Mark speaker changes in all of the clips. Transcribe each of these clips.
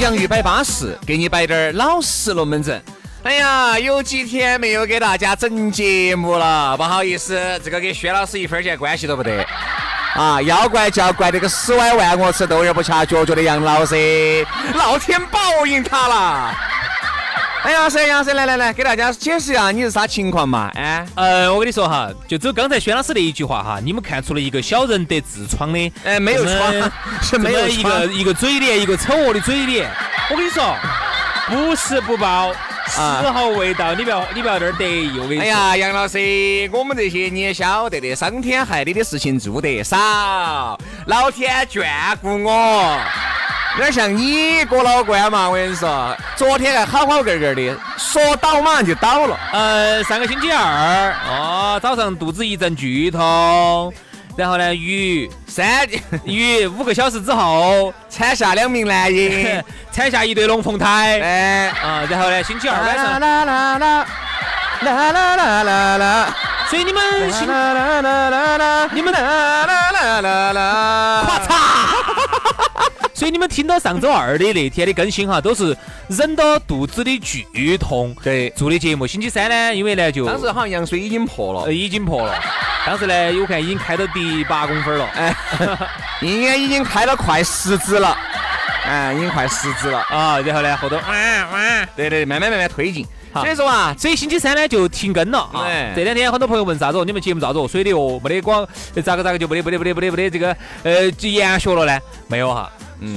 Speaker 1: 洋芋摆巴适，给你摆点儿老实龙门阵。哎呀，有几天没有给大家整节目了，不好意思，这个跟薛老师一分钱关系都不得。啊，要怪就要怪这个死歪万恶吃豆儿不掐脚脚的杨老师，老天报应他了。哎呀，谁杨谁来来来，给大家解释一下你是啥情况嘛？哎，
Speaker 2: 呃，我跟你说哈，就只有刚才轩老师那一句话哈，你们看出了一个小人得痔疮 的，
Speaker 1: 哎没有
Speaker 2: 这么
Speaker 1: 疮是没有
Speaker 2: 这么一
Speaker 1: 疮
Speaker 2: 个一个嘴脸，一个丑恶的嘴脸。我跟你说，不是 不报，时
Speaker 3: 啊
Speaker 2: 候未到，你不要你不要在这儿得意。我跟你说，
Speaker 1: 哎呀，杨老师，我们这些你也晓得的，伤天害理的事情做得少，老天眷顾我。有点像你哥老倌嘛，我跟你说，昨天还好好个个的，说倒马上就倒了。
Speaker 2: 呃，上个星期二哦，早上肚子一阵剧痛，然后呢雨
Speaker 1: 三
Speaker 2: 雨五个小时之后，
Speaker 1: 产下两名男婴，
Speaker 2: 产下一对龙凤胎
Speaker 1: 哎，
Speaker 2: 啊、然后呢星期二晚
Speaker 1: 啦
Speaker 2: 上，
Speaker 1: 啦啦啦啦啦啦啦啦。
Speaker 2: 所以你们星
Speaker 1: 啦啦啦啦啦，你们啦啦啦啦啦，
Speaker 2: 咔嚓！所以你们听到上周二的那天的更新哈，都是忍到肚子的剧痛
Speaker 1: 对
Speaker 2: 做的节目。星期三呢，因为呢就
Speaker 1: 当时好像羊水已经破了
Speaker 2: 呃，已经破了，当时呢我看已经开到第八公分了。
Speaker 1: 哎， 应该已经开了快十指了，哎，已经快十指了。
Speaker 2: 啊，然后呢，后头
Speaker 1: 对对，慢慢慢慢推进。
Speaker 2: 嗯好
Speaker 1: 所以说啊，
Speaker 2: 所以星期三呢就停更了啊
Speaker 1: 哎。
Speaker 2: 这两天很多朋友问啥子哦，你们节目咋子哦？水的哦，没得光呃咋个咋个就没得没得没得没得没得这个呃就研学了呢？没有哈，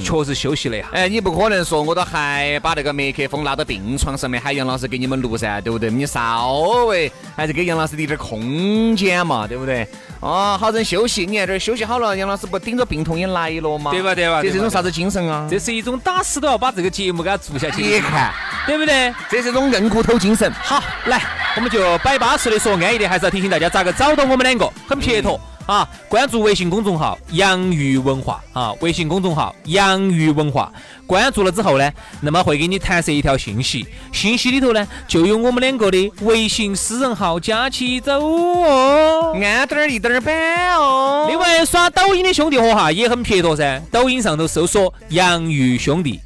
Speaker 2: 确实休息了一下。
Speaker 1: 哎，你不可能说我都还把那个麦克风拿到病床上面喊杨老师给你们录噻，对不对？你稍微还是给杨老师留点空间嘛，对不对？哦，好生休息，你看这儿休息好了，杨老师不顶着病痛也来了吗？
Speaker 2: 对吧对吧
Speaker 1: 这是
Speaker 2: 对
Speaker 1: 一
Speaker 2: 吧
Speaker 1: 种啥子精神啊？
Speaker 2: 这是一种打死都要把这个节目给它做下去的
Speaker 1: 你
Speaker 2: 精神，
Speaker 1: 看，
Speaker 2: 对不对？
Speaker 1: 这是一种硬骨头精神。
Speaker 2: 好，来，我们就摆巴适的说，安逸的，还是要提醒大家咋个找到我们两个，很撇脱、啊！关注微信公众号“洋芋文化”啊，微信公众号“洋芋文化”，关注了之后呢，那么会给你弹射一条信息，信息里头呢就有我们两个的微信私人号加起走哦。
Speaker 1: 安点儿一点儿板哦。
Speaker 2: 另外，耍抖音的兄弟伙哈也很撇脱噻，抖音上头搜索“洋芋兄弟”，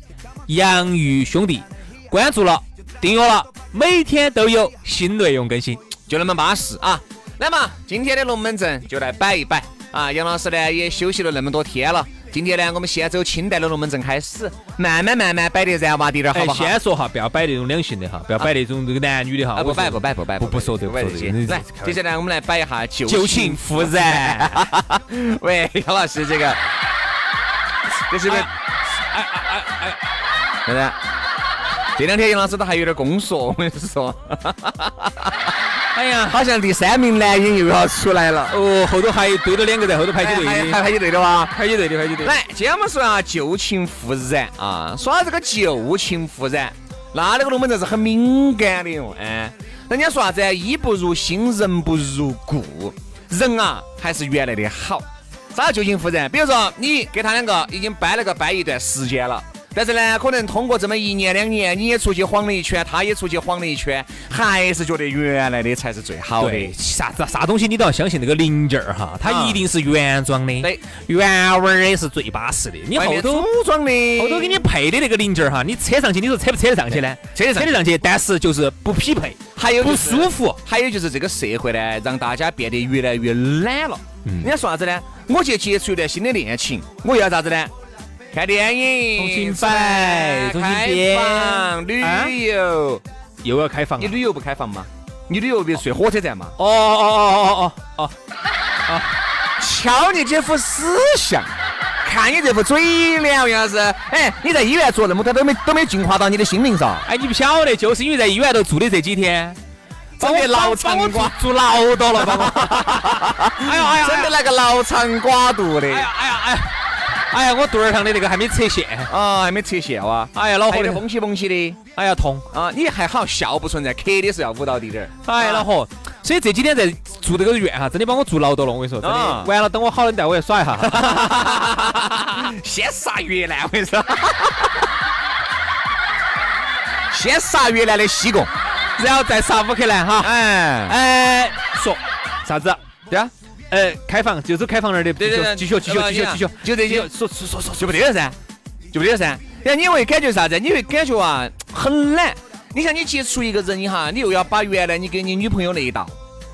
Speaker 2: 洋芋兄弟，关注了，订阅了，每天都有新内容更新。
Speaker 1: 就那么巴适啊。来嘛，今天的龙门阵就来摆一摆啊。杨老师呢也休息了那么多天了，今天呢我们先走清代的龙门阵开始，慢慢慢慢摆得燃哇滴点儿，好
Speaker 2: 哎
Speaker 1: 不，好？啊
Speaker 2: 先说哈，不要摆那种两性的哈，不要摆那种这个男女的哈。
Speaker 1: 啊，不
Speaker 2: 我说
Speaker 1: 摆不摆不摆
Speaker 2: 不不说这个
Speaker 1: 摆
Speaker 2: 不
Speaker 1: 这
Speaker 2: 说
Speaker 1: 些
Speaker 2: 这个。
Speaker 1: 来，接下来我们来摆一下旧
Speaker 2: 旧情复燃。
Speaker 1: 情。喂，杨老师，这个这是不是？哎哎哎哎，这两天杨老师都还有点宫缩，我跟你说，
Speaker 2: 哎呀，
Speaker 1: 好像第三名男婴又要出来了，
Speaker 2: 哦，后头还堆了两个在后头排起队
Speaker 1: 哎
Speaker 2: 的，
Speaker 1: 还还还有对的哇？
Speaker 2: 排起队的，排起队的。
Speaker 1: 来，今天我们说啊，旧情复燃啊，说到这个旧情复燃，那那个龙门阵是很敏感的哟，哎，人家说啥子啊？衣不如新，人不如故，人啊还是原来的好。啥叫旧情复燃？比如说你跟他两个已经掰了个掰一段时间了。但是呢，可能通过这么一年两年，你也出去晃了一圈，他也出去晃了一圈，还是觉得原来的才是最好
Speaker 2: 对，
Speaker 1: 的。
Speaker 2: 啥子啥东西你都要相信那个零件儿哈，它
Speaker 1: 啊
Speaker 2: 一定是原装的，
Speaker 1: 对，
Speaker 2: 原味儿的是最巴适的。你
Speaker 1: 外
Speaker 2: 后
Speaker 1: 面哎
Speaker 2: 头
Speaker 1: 组装的，
Speaker 2: 后头给你配的那个零件儿哈，你扯上去，你说扯不扯得上去呢？
Speaker 1: 对扯得上
Speaker 2: 扯得上去，但是就是不匹配，
Speaker 1: 还有
Speaker 2: 不
Speaker 1: 就是
Speaker 2: 舒服。
Speaker 1: 还有就是这个社会呢，让大家变得越来越懒了。
Speaker 2: 嗯
Speaker 1: 人家说啥子呢？我去接触一段新的恋情，我要啥子呢？看电影、
Speaker 2: 重新
Speaker 1: 吃饭
Speaker 2: 摆重新
Speaker 1: 开
Speaker 2: 编
Speaker 1: 房、旅
Speaker 2: 啊
Speaker 1: 游。
Speaker 2: 又要开放
Speaker 1: 你
Speaker 2: 了，
Speaker 1: 旅游不开房吗？你旅游不是睡火车站嘛？
Speaker 2: 哦哦哦哦哦哦，
Speaker 1: 瞧你这副死相，看你这副嘴脸，杨老师，哎，你在医院做那么多都没都没净化到你的心灵上。
Speaker 2: 哎，你不晓得，就是因为在医院头住的这几天，把
Speaker 1: 真
Speaker 2: 我
Speaker 1: 的老
Speaker 2: 把我
Speaker 1: 长瓜
Speaker 2: 住住牢到了，把我。哎呀哎呀，
Speaker 1: 真的那个老肠刮肚的
Speaker 2: 哎呀哎呀哎呀，哎呀，我肚儿上的那个还没扯线，
Speaker 1: 啊，还没扯线哇，
Speaker 2: 哎呀，恼
Speaker 1: 还
Speaker 2: 火
Speaker 1: 有
Speaker 2: 的
Speaker 1: 点，蹦起蹦起的
Speaker 2: 哎呀痛，
Speaker 1: 啊，你还好笑不存在，咳的时候要捂到地点儿。啊
Speaker 2: 哎呀恼火。所以这几天在住这个院哈，真的把我住牢到了，我跟你说，真
Speaker 1: 啊
Speaker 2: 的。完了，等我好了，你带我去耍一 下。
Speaker 1: 先杀越南，我跟你说， 先杀越南的西贡，
Speaker 2: 然后再杀乌克兰哈。
Speaker 1: 哎，
Speaker 2: 哎，说啥子？
Speaker 1: 对啊，
Speaker 2: 呃，开放就是开放那儿的，
Speaker 1: 对对对，
Speaker 2: 继续继续
Speaker 1: 呃
Speaker 2: 继续继续，
Speaker 1: 就这些，
Speaker 2: 说说说说
Speaker 1: 就没得了噻，就没得了噻。然后你会感觉啥子？你会感觉啊，很懒。你像你接触一个人一哈，你又要把原来你跟你女朋友那一道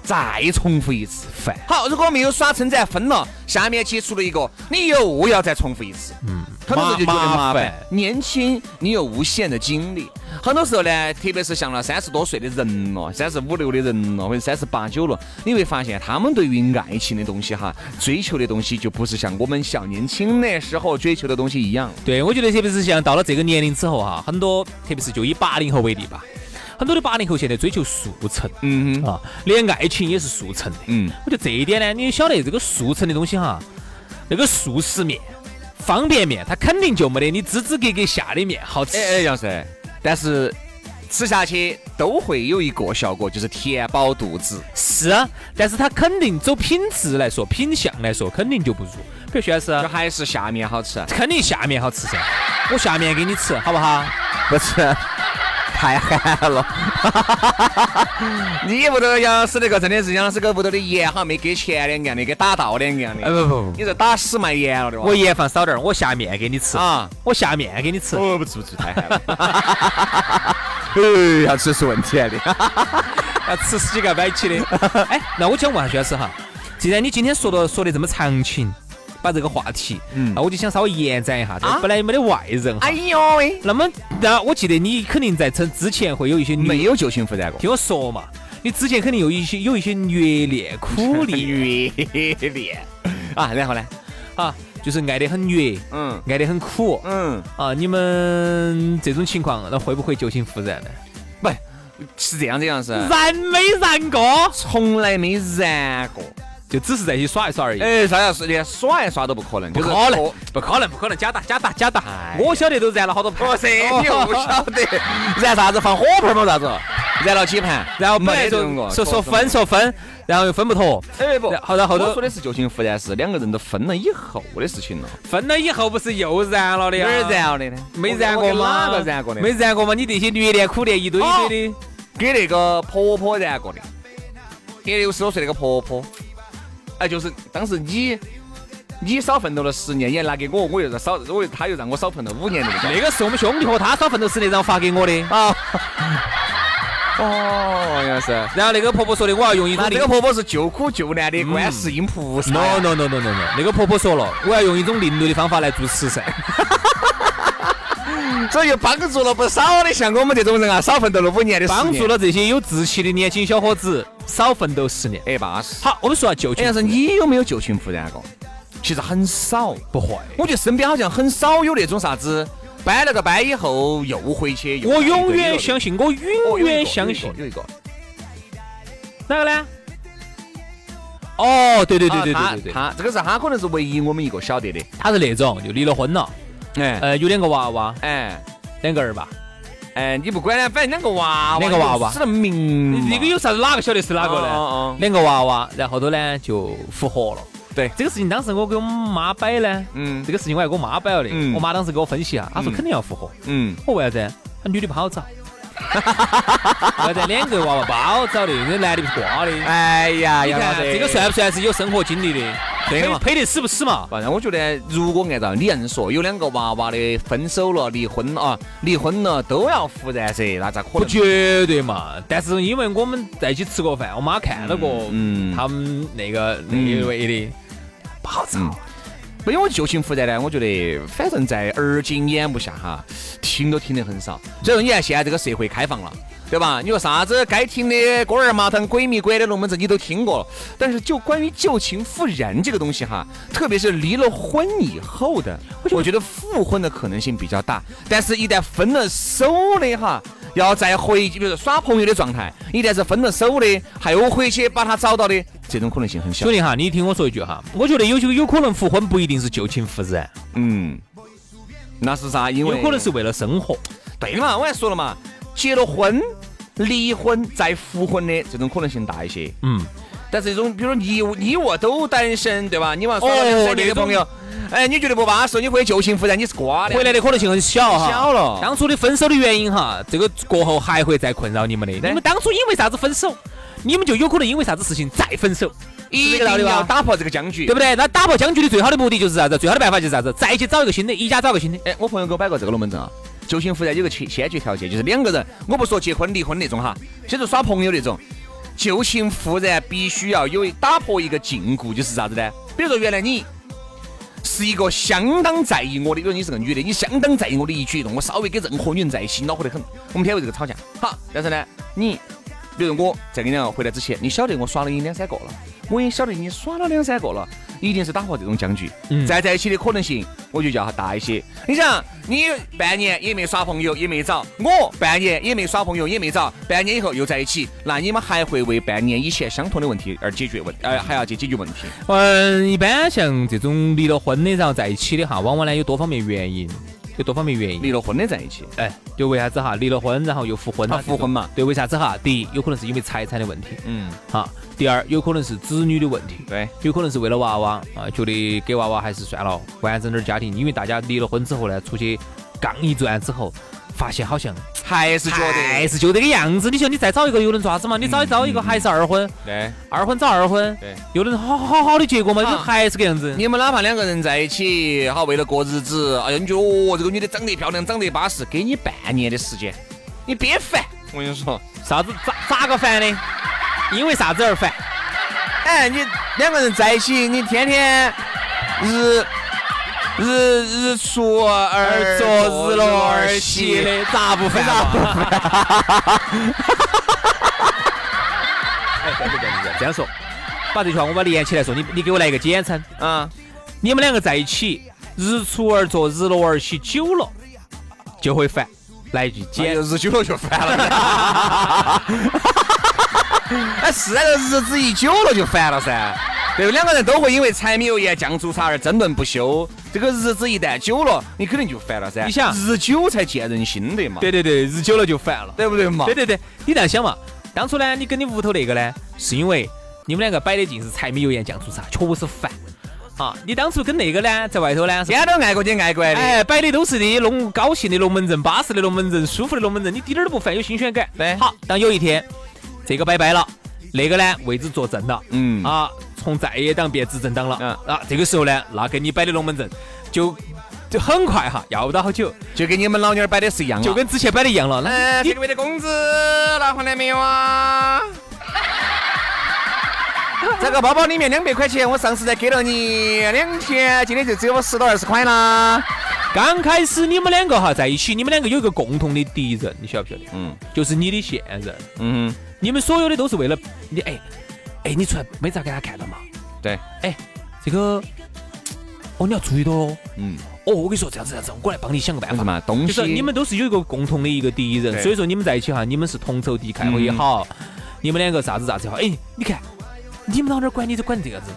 Speaker 1: 再重复一次，
Speaker 2: 烦。
Speaker 1: 好，如果没有耍称赞分了，下面接触了一个，你又要再重复一次。嗯，很多时候就觉得麻
Speaker 2: 麻
Speaker 1: 烦
Speaker 2: 烦。
Speaker 1: 年轻，你有无限的精力。很多时候呢，特别是像了三十多岁的人了，三十五六的人了，或者三十八九了，你会发现他们对于爱情的东西哈，追求的东西就不是像我们小年轻那时候追求的东西一样了。
Speaker 2: 对，我觉得特别是像到了这个年龄之后哈，很多特别是就以八零后为例吧，很多的八零后现在追求速成，
Speaker 1: 嗯哼，
Speaker 2: 啊，连爱情也是速成的。
Speaker 1: 嗯，
Speaker 2: 我觉得这一点呢，你晓得这个速成的东西哈，那个速食面、方便面，它肯定就没得你支支格格下的面好吃。
Speaker 1: 哎哎，杨师，但是吃下去都会有一个效果，就是填饱肚子。
Speaker 2: 是啊，但是它肯定走品质来说、品相来说，肯定就不如。比如说，
Speaker 1: 就是还是下面好吃，
Speaker 2: 肯定下面好吃噻。我下面给你吃，
Speaker 1: 哎
Speaker 2: 好不好？
Speaker 1: 不吃太寒了。 你屋头杨老师那个真的是杨老师个屋头的盐哈没给钱的样的，给打到的样的。
Speaker 2: 不不
Speaker 1: 你这打死卖盐了的哇
Speaker 2: 我盐放少点儿，我下面给你吃
Speaker 1: 啊！
Speaker 2: 我下面给你吃。
Speaker 1: 哦，不吃不吃，太寒 了。哎，要吃是问题的。
Speaker 2: 要啊吃十几个摆起的。哎，那我想问下徐老师哈，既然你今天说的说的这么长情，把这个话题，
Speaker 1: 嗯
Speaker 2: 那我就想稍微延展一下，这
Speaker 1: 啊
Speaker 2: 本来也没得外人哈。
Speaker 1: 哎呦喂，
Speaker 2: 那么，那我记得你肯定在之之前会有一些
Speaker 1: 没
Speaker 2: 虐，
Speaker 1: 有旧情复 燃过。
Speaker 2: 听我说嘛，你之前肯定有一些有一些虐恋、苦恋
Speaker 1: 虐恋 啊，然后呢？
Speaker 2: 啊，就是爱得很虐，
Speaker 1: 嗯
Speaker 2: 爱得很苦
Speaker 1: 嗯，
Speaker 2: 啊。你们这种情况，那会不会旧情复燃呢？
Speaker 1: 不是这样这样是，
Speaker 2: 燃没燃过？
Speaker 1: 从来没燃过。
Speaker 2: 就只是在一起耍一耍而已。
Speaker 1: 哎，啥要是连耍一耍都不可能，
Speaker 2: 不
Speaker 1: 就是
Speaker 2: 可能
Speaker 1: 脱，
Speaker 2: 不可能，不可能！假打，假打，假打
Speaker 1: 哎！
Speaker 2: 我晓得都燃了好多盘。哦
Speaker 1: 不是，你又不晓 得燃啥子放火盆嘛？啥子？燃了几盘，
Speaker 2: 然后本
Speaker 1: 没
Speaker 2: 来
Speaker 1: 得
Speaker 2: 就
Speaker 1: 这种过
Speaker 2: 说说
Speaker 1: 说
Speaker 2: 分说分，然后又分不脱。
Speaker 1: 哎不，
Speaker 2: 然后然后
Speaker 1: 我
Speaker 2: 头
Speaker 1: 说的是旧情复燃，是两个人都分了以后的事情了。
Speaker 2: 分了以后不是又燃了的呀？？
Speaker 1: 了的呢？
Speaker 2: 啊没燃过吗？
Speaker 1: 哪个燃过的？
Speaker 2: 没，燃过哦吗？你那些虐恋苦恋一堆一堆的，
Speaker 1: 给那个婆婆燃过的，给六十多岁那个婆婆。哎，就是当时你。你少奋斗了十年，也拿给我，我又让少，我又他又让我少奋斗五年的那
Speaker 2: 那
Speaker 1: 个。
Speaker 2: 个是我们兄弟伙，他少奋斗十年，然后发给我的。
Speaker 1: 啊， 哦，原来是。
Speaker 2: 然后那个婆婆说的，我要用一种
Speaker 1: 那这
Speaker 2: 另哎
Speaker 1: 个婆婆是救苦救难的观世音菩萨。
Speaker 2: No no no no no no，那个婆婆说了，我要用一种另类的方法来做慈善。
Speaker 1: 所以又帮助了不少的像我们这种人啊，少奋斗了五年 的
Speaker 2: 帮助
Speaker 1: 了。
Speaker 2: 了这些有志气的年轻小伙子少奋斗十年。
Speaker 1: 哎，巴适。
Speaker 2: 好，我们说下旧
Speaker 1: 哎，
Speaker 2: 情
Speaker 1: 要
Speaker 2: 复
Speaker 1: 是
Speaker 2: 燃。
Speaker 1: 你有没有旧情复燃过？其实很少，
Speaker 2: 不会，
Speaker 1: 我觉得身边好像很少有那种啥子掰了个掰以后又回去。又
Speaker 2: 我
Speaker 1: 来一
Speaker 2: 永
Speaker 1: 堆
Speaker 2: 远
Speaker 1: 又
Speaker 2: 相信，我
Speaker 1: 哦
Speaker 2: 永
Speaker 1: 有一个有一
Speaker 2: 远
Speaker 1: 个
Speaker 2: 相信。
Speaker 1: 有一个，
Speaker 2: 哪个呢？哦，对对对对
Speaker 1: 啊
Speaker 2: 对对对，
Speaker 1: 他他这个是他可能是唯一我们一个晓得的。
Speaker 2: 他是那种就离了婚了，
Speaker 1: 哎
Speaker 2: 呃，有两个娃娃，
Speaker 1: 哎
Speaker 2: 两个儿吧。
Speaker 1: 哎，你不管了，反正两个娃娃，
Speaker 2: 两个娃娃嗯
Speaker 1: 死了命嘛。
Speaker 2: 那个有啥子哪个晓得是哪个
Speaker 1: 哦
Speaker 2: 呢？
Speaker 1: 哦哦
Speaker 2: 两个娃娃，然后头呢就复合了。
Speaker 1: 对
Speaker 2: 这个事情，当时我给我妈摆呢，
Speaker 1: 嗯
Speaker 2: 这个事情我还给我妈摆了的
Speaker 1: 嗯。
Speaker 2: 我妈当时给我分析啊，她说肯定要复合。
Speaker 1: 嗯。
Speaker 2: 我为啥子？那女的不好 找。为啥子？两个娃娃不好找的，那男的不是瓜的。
Speaker 1: 哎呀，
Speaker 2: 你
Speaker 1: 杨老
Speaker 2: 看
Speaker 1: 师，
Speaker 2: 啊这个算不算是有生活经历的？
Speaker 1: 对嘛
Speaker 2: 赔赔得死不死嘛？
Speaker 1: 反正我觉得，如果按照你这样说，有两个娃娃的分手了、离婚了啊、离婚了都要复燃噻，那咋可
Speaker 2: 不
Speaker 1: 能？
Speaker 2: 绝对嘛，但是因为我们在一起吃过饭，我妈看到过
Speaker 1: 嗯嗯
Speaker 2: 他们那个那一位的，不好找。
Speaker 1: 因为我旧情复燃呢，我觉得反正在而今眼目下哈，听都听得很少。所以说，你看现在这个社会开放了，对吧？你说啥子该听的锅儿麻汤、鬼迷鬼的龙门阵你都听过了，但是就关于旧情复燃这个东西哈，特别是离了婚以后的，我觉得复婚的可能性比较大，但是一旦分了手的哈。要再回，比如说耍朋友的状态，一旦是分了手的，还有回去把他找到的，这种可能性很小
Speaker 2: 兄。弟哈，你听我说一句哈，我觉得有有可能复婚不一定是旧情复燃，
Speaker 1: 嗯，那是啥？因
Speaker 2: 有
Speaker 1: 为
Speaker 2: 可能是为了生活。
Speaker 1: 对嘛，我还说了嘛，结了婚、离婚再复婚的这种可能性大一些。
Speaker 2: 嗯，
Speaker 1: 但是这种，比如说你你我都单身，对吧？你往耍了
Speaker 2: 哦
Speaker 1: 两三年的朋友，哎，你觉得不巴适，你回旧情复燃，你是瓜的。啊
Speaker 2: 回来的可能性很小哈，
Speaker 1: 小了
Speaker 2: 当初的分手的原因哈，这个过后还会再困扰你们的。你们当初因为啥子分手，你们就有可能因为啥子事情再分手，
Speaker 1: 一
Speaker 2: 是这个
Speaker 1: 定
Speaker 2: 道理
Speaker 1: 要
Speaker 2: 吧？
Speaker 1: 打破这个僵局，
Speaker 2: 对不对？那打破僵局的最好的目的就是啥子？最好的办法就是啥子？再去找一个新的，一家找个新的。
Speaker 1: 哎，我朋友给我摆过这个龙门阵啊。旧情复燃有个先先决条件，就是两个人，我不说结婚离婚那种哈，先说耍朋友那种。旧情复燃必须要有一打破一个禁锢，就是啥子呢？比如说原来你是一个相当在意我的，比如说你是个女的，你相当在意我的一举一动，我稍微跟任何女人在一起，恼火得很。我们天为这个吵架，好，但是呢，你比如我在跟你俩回来之前，你晓得我耍了你两三个了，我也晓得你耍了两三个了，一定是打破这种僵局，
Speaker 2: 嗯
Speaker 1: 再在一起的可能性，我觉得就要大一些。你想，你半年也没耍朋友，也没找我，半年也没耍朋友，也没找，半年以后又在一起，那你们呃还会为半年以前相同的问题而解决问，呃，还要去解决问题。
Speaker 2: 嗯，一般像这种离了婚的，然后在一起的哈，往往呢有多方面原因，有多方面原因。
Speaker 1: 离了婚的在一起，
Speaker 2: 哎，就为啥子哈？离了婚，然后又复婚
Speaker 1: 啊
Speaker 2: 了，
Speaker 1: 复婚嘛？
Speaker 2: 对，为啥子哈？第一，有可能是因为财产的问题，
Speaker 1: 嗯，
Speaker 2: 哈；第二，有可能是子女的问题，
Speaker 1: 对，
Speaker 2: 有可能是为了娃娃啊，觉得给娃娃还是算了，完整点儿家庭。因为大家离了婚之后呢，出去杠一转之后，发现好像
Speaker 1: 还是觉
Speaker 2: 还
Speaker 1: 得
Speaker 2: 是就这个样子。你说你再找一个又能咋子嘛？你找找一个还是二婚，
Speaker 1: 对。
Speaker 2: 二婚找二婚
Speaker 1: 对，
Speaker 2: 又能好好好的结果嘛？
Speaker 1: 啊
Speaker 2: 就还是这个样子。
Speaker 1: 你们哪怕两个人在一起，好为了过日子，哎呀，你觉得哦，这个女的长得漂亮，长得巴适，给你半年的时间，你别烦。我跟你说，
Speaker 2: 啥子咋咋个烦的？因为啥子而烦？
Speaker 1: 哎，你两个人在一起，你天天日日日出
Speaker 2: 哎
Speaker 1: 而作，日落而息。
Speaker 2: 的，咋不烦嘛？这样说，把这句话我把它连起来说，你你给我来一个简称，
Speaker 1: 啊，
Speaker 2: 你们两个在一起，日出而作，日落而息，久了就会烦。来一句
Speaker 1: 哎
Speaker 2: 简
Speaker 1: 呦，，日久了就烦了。 哎，是啊，这日子一久了就烦了噻。对不对，两个人都会因为柴米油盐酱醋茶而争论不休。这个日子一旦久了，你肯定就烦了噻。
Speaker 2: 你想
Speaker 1: 日久才见人心的嘛，
Speaker 2: 对对对，日久了就烦了。
Speaker 1: 对不对嘛？
Speaker 2: 对对对，你这样想嘛，当初呢，你跟你屋头那个呢，是因为你们两个摆的尽是柴米油盐酱醋茶，确实烦。啊，你当初跟那个呢，在外头呢，是
Speaker 1: 天都爱过你爱过来的。
Speaker 2: 哎，摆的都是的龙高兴的龙门阵，巴适的龙门阵，舒服的龙门阵，你滴点儿都不烦，有新鲜感。
Speaker 1: 对
Speaker 2: 好，当有一天这个拜拜了，那个呢位置坐正了，
Speaker 1: 嗯
Speaker 2: 啊，从在野党变执政党了，
Speaker 1: 嗯
Speaker 2: 啊，这个时候呢，那跟你摆的龙门阵就就很快哈，要不到好久，
Speaker 1: 就跟你们老娘儿摆的是一样啊
Speaker 2: 就跟之前摆的一样了。那
Speaker 1: 哎，
Speaker 2: 你
Speaker 1: 这个月的工资拿回来没有啊？ 这个包包里面两百块钱，我上次才给了你两天，今天就只有十多二十块啦。
Speaker 2: 刚开始你们两个哈在一起，你们两个有一个共同的敌人，你晓不晓得？
Speaker 1: 嗯
Speaker 2: 就是你的现任，
Speaker 1: 嗯，
Speaker 2: 你们所有的都是为了你，哎哎，你出来没咋给他看到嘛？
Speaker 1: 对，
Speaker 2: 哎，这个哦，你要注意到哦。
Speaker 1: 嗯，
Speaker 2: 哦，我跟你说，这样子这样子，我来帮你想个办法。
Speaker 1: 嘛？东
Speaker 2: 就是你们都是有一个共同的一个敌人，
Speaker 1: 对嗯
Speaker 2: 所以说你们在一起哈，你们是同仇敌忾也好，你们两个啥子啥子也好。哎，你看，哎你们老娘管你就管这个样子，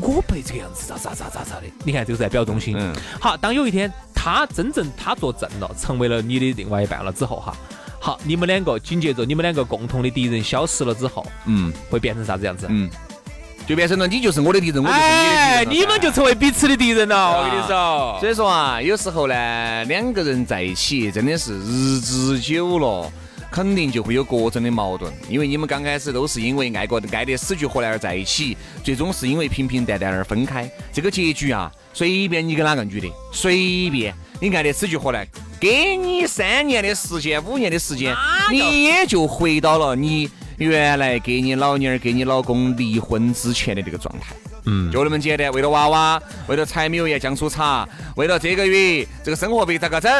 Speaker 2: 我被这个样子咋咋咋咋咋的。你看这个是在表忠心。
Speaker 1: 嗯
Speaker 2: 好，当有一天他真正他坐正了，成为了你的另外一半了之后哈，好，你们两个紧接着你们两个共同的敌人消失了之后，
Speaker 1: 嗯
Speaker 2: 会变成啥子样子？
Speaker 1: 嗯，就变成了你就是我的敌人，我就是你的敌人。
Speaker 2: 哎，你们就成为彼此的敌人了，我跟你说。
Speaker 1: 哦所以说啊，有时候呢，两个人在一起真的是日子久了。肯定就会有各种的矛盾，因为你们刚开始都是因为爱过爱得死去活来而在一起，最终是因为平平淡淡而分开。这个结局啊，随便你跟哪个女的，随便啊你爱得死去活来，给你三年的时间、五年的时间，你也就回到了你原来给你老娘儿、给你老公离婚之前的这个状态。
Speaker 2: 嗯
Speaker 1: 就那么简单，为了娃娃，为了柴米油盐酱醋茶，为了这个月这个生活费咋个整，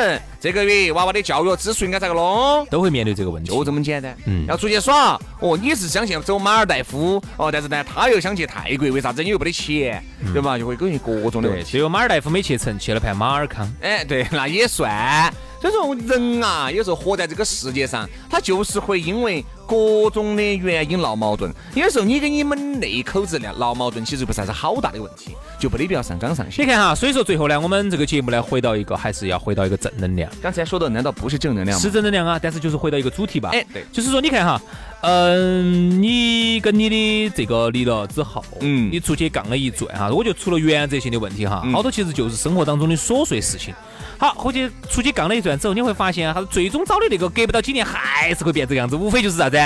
Speaker 1: 这这个月娃娃的教育支出应该咋个弄？
Speaker 2: 都会面对这个问题。
Speaker 1: 就这么简单。
Speaker 2: 嗯
Speaker 1: 要出去耍，哦，你是想去走马尔代夫，哦，但是呢，他又想去泰国，为啥子？你又没得钱，对吧？就会各各种的
Speaker 2: 嗯
Speaker 1: 问
Speaker 2: 对，
Speaker 1: 题。
Speaker 2: 结果马尔代夫没去成，去了盘马尔康。
Speaker 1: 哎，对，那也算。所以说，人啊，有时候活在这个世界上，他就是会因为各种的原因闹矛盾。有时候你跟你们那一口子闹闹矛盾，其实不是啥子好大的问题，就没得必要上纲上
Speaker 2: 你
Speaker 1: 线。
Speaker 2: 看哈，所以说最后呢，我们这个节目呢，回到一个还是要回到一个正能量，
Speaker 1: 刚才说的难道不是正能量吗
Speaker 2: 是？正能量啊，但是就是回到一个主题吧。
Speaker 1: 哎，对，
Speaker 2: 就是说，你看哈，嗯，你跟你的这个离了之后，
Speaker 1: 嗯
Speaker 2: 你出去杠了一转哈，我觉得除了原则性的问题哈，
Speaker 1: 嗯
Speaker 2: 好多其实就是生活当中的琐碎事情。好，回去出去杠了一转之后，你会发现哈，最终找的那个隔不到几年还是会变这个样子，无非就是啥子？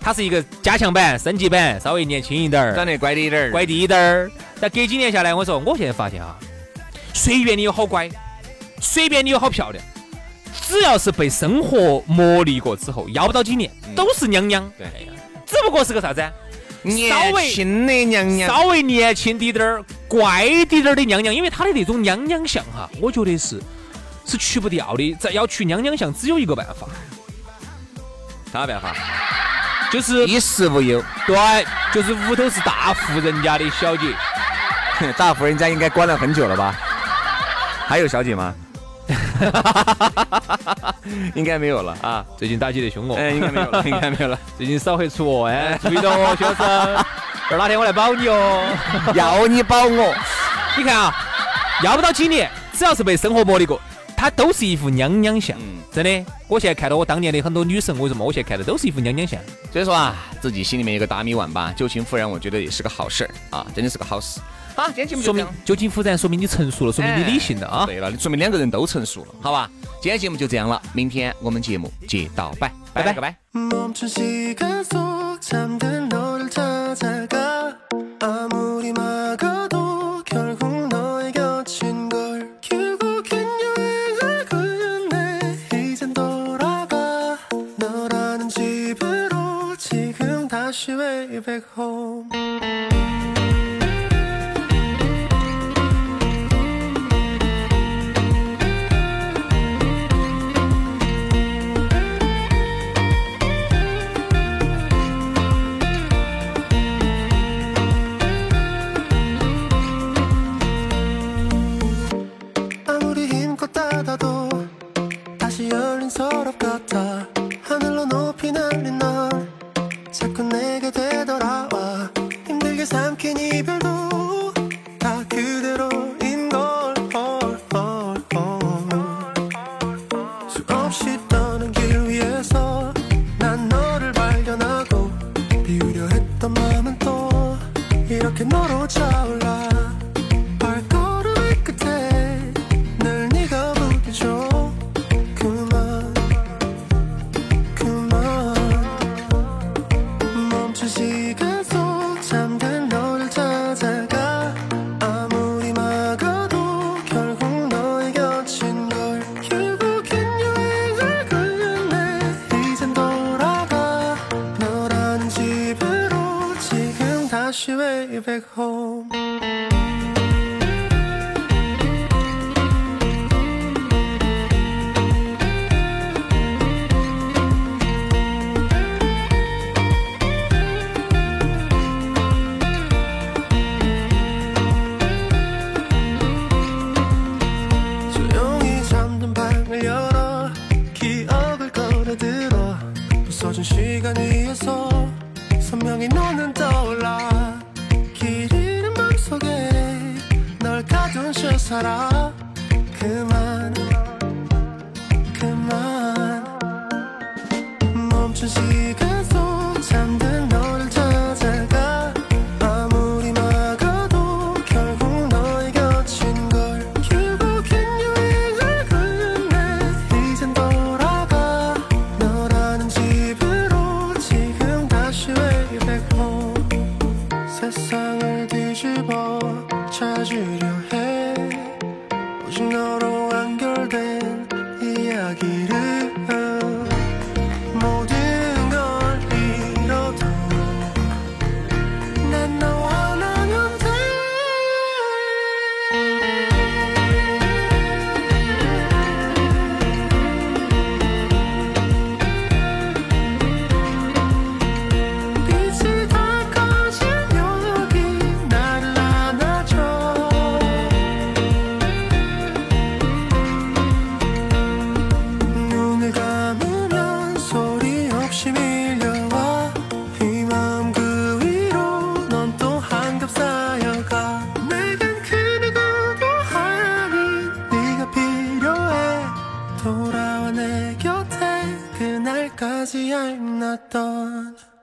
Speaker 2: 它是一个加强版、升级版，稍微年轻一点
Speaker 1: 长
Speaker 2: 儿，
Speaker 1: 得乖的一点儿，
Speaker 2: 乖滴点儿。但隔几年下来，我说我现在发现哈，随便你有好乖，随便你有好漂亮，只要是被生活磨砺过之后，要不到几年
Speaker 1: 嗯
Speaker 2: 都是娘娘。
Speaker 1: 对，
Speaker 2: 只不过是个啥子啊？稍
Speaker 1: 年
Speaker 2: 微
Speaker 1: 轻的娘娘，
Speaker 2: 稍微年轻滴点儿、乖滴点儿的娘娘，因为她的那种娘娘相哈，我觉得是是去不掉的。再要去娘娘相，只有一个办法，
Speaker 1: 啥办法？
Speaker 2: 就是
Speaker 1: 衣食无忧，
Speaker 2: 对，就是屋头是大户人家的小姐，
Speaker 1: 大夫人家应该关了很久了吧？还有小姐吗？ 应该没有了啊，
Speaker 2: 最近打击得凶哦，
Speaker 1: 哎，应该没 有了，应该没有了。
Speaker 2: 最近少黑出哦，哎，注意到哦，先生， 儿哪天我来保你 哦。
Speaker 1: 要你保我，
Speaker 2: 你看啊，要不到几年，只要是被生活磨砺过，她都是一副娘娘相。
Speaker 1: 嗯
Speaker 2: 真的，我现在看到我当年的很多女神，为什么我现在看的都是一副娘娘相？
Speaker 1: 所以说啊，自己心里面有个打米碗吧，旧情复燃，我觉得也是个好事儿啊，真的是个好事。好，今天哎节目
Speaker 2: 说
Speaker 1: 就这
Speaker 2: 明
Speaker 1: 样。哎
Speaker 2: 酒精复燃，说明你成熟了，说明你理性了啊。
Speaker 1: 对了，说明两个人都成熟了，好吧？今天节目就这样了，明天我们节目接到拜，
Speaker 2: 拜拜
Speaker 1: 拜拜。
Speaker 4: 멈춘 시간 속 잠든 너를 찾아가 아무리 막아도 결국 너의 곁인 걸 결국엔 여행을 그렸네 이젠 돌아가 너라는 집으로 지금 다시 way back home 아무리 힘껏 닫아도 다시 열린 서랍 같아 하늘로 높이 날린 널 자꾸 내게 되돌아와 힘들게 삼킨 이별도 다 그대로인 걸 all, all, all. 수없이 떠는 길 위에서 난 너를 발견하고 비우려 했던 마음은 또 이렇게 너로 차올라 발걸음의 끝에 늘 네가 보여줘 그만 그만 멈춘 시간 속 잠든 너를 찾아가 아무리 막아도 결국 너의 곁인 걸 결국엔 여행을 걸렸네 이젠 돌아가 너라는 집으로 지금 다시 way back home 조용히 잠든 방을 열어 기억을 걸어들어 부서진 시간 위에서 선명히 너는 떠올라 길 잃은 밤속에 널 가둔 실사라 그만 그만 멈춘 시간 속 잠든 너를 찾아가 아무리 막아도 결국 너의 곁인 걸 결국엔 여행을 걸렸네 이젠 돌아가 너라는 집으로 지금 다시 way back home 세상을 뒤집어 찾으려 해 오직 너로 완결된 이야기를 모든 걸 잃어도 난 너와 나면 돼그그 내 곁에 그날까지 알맞던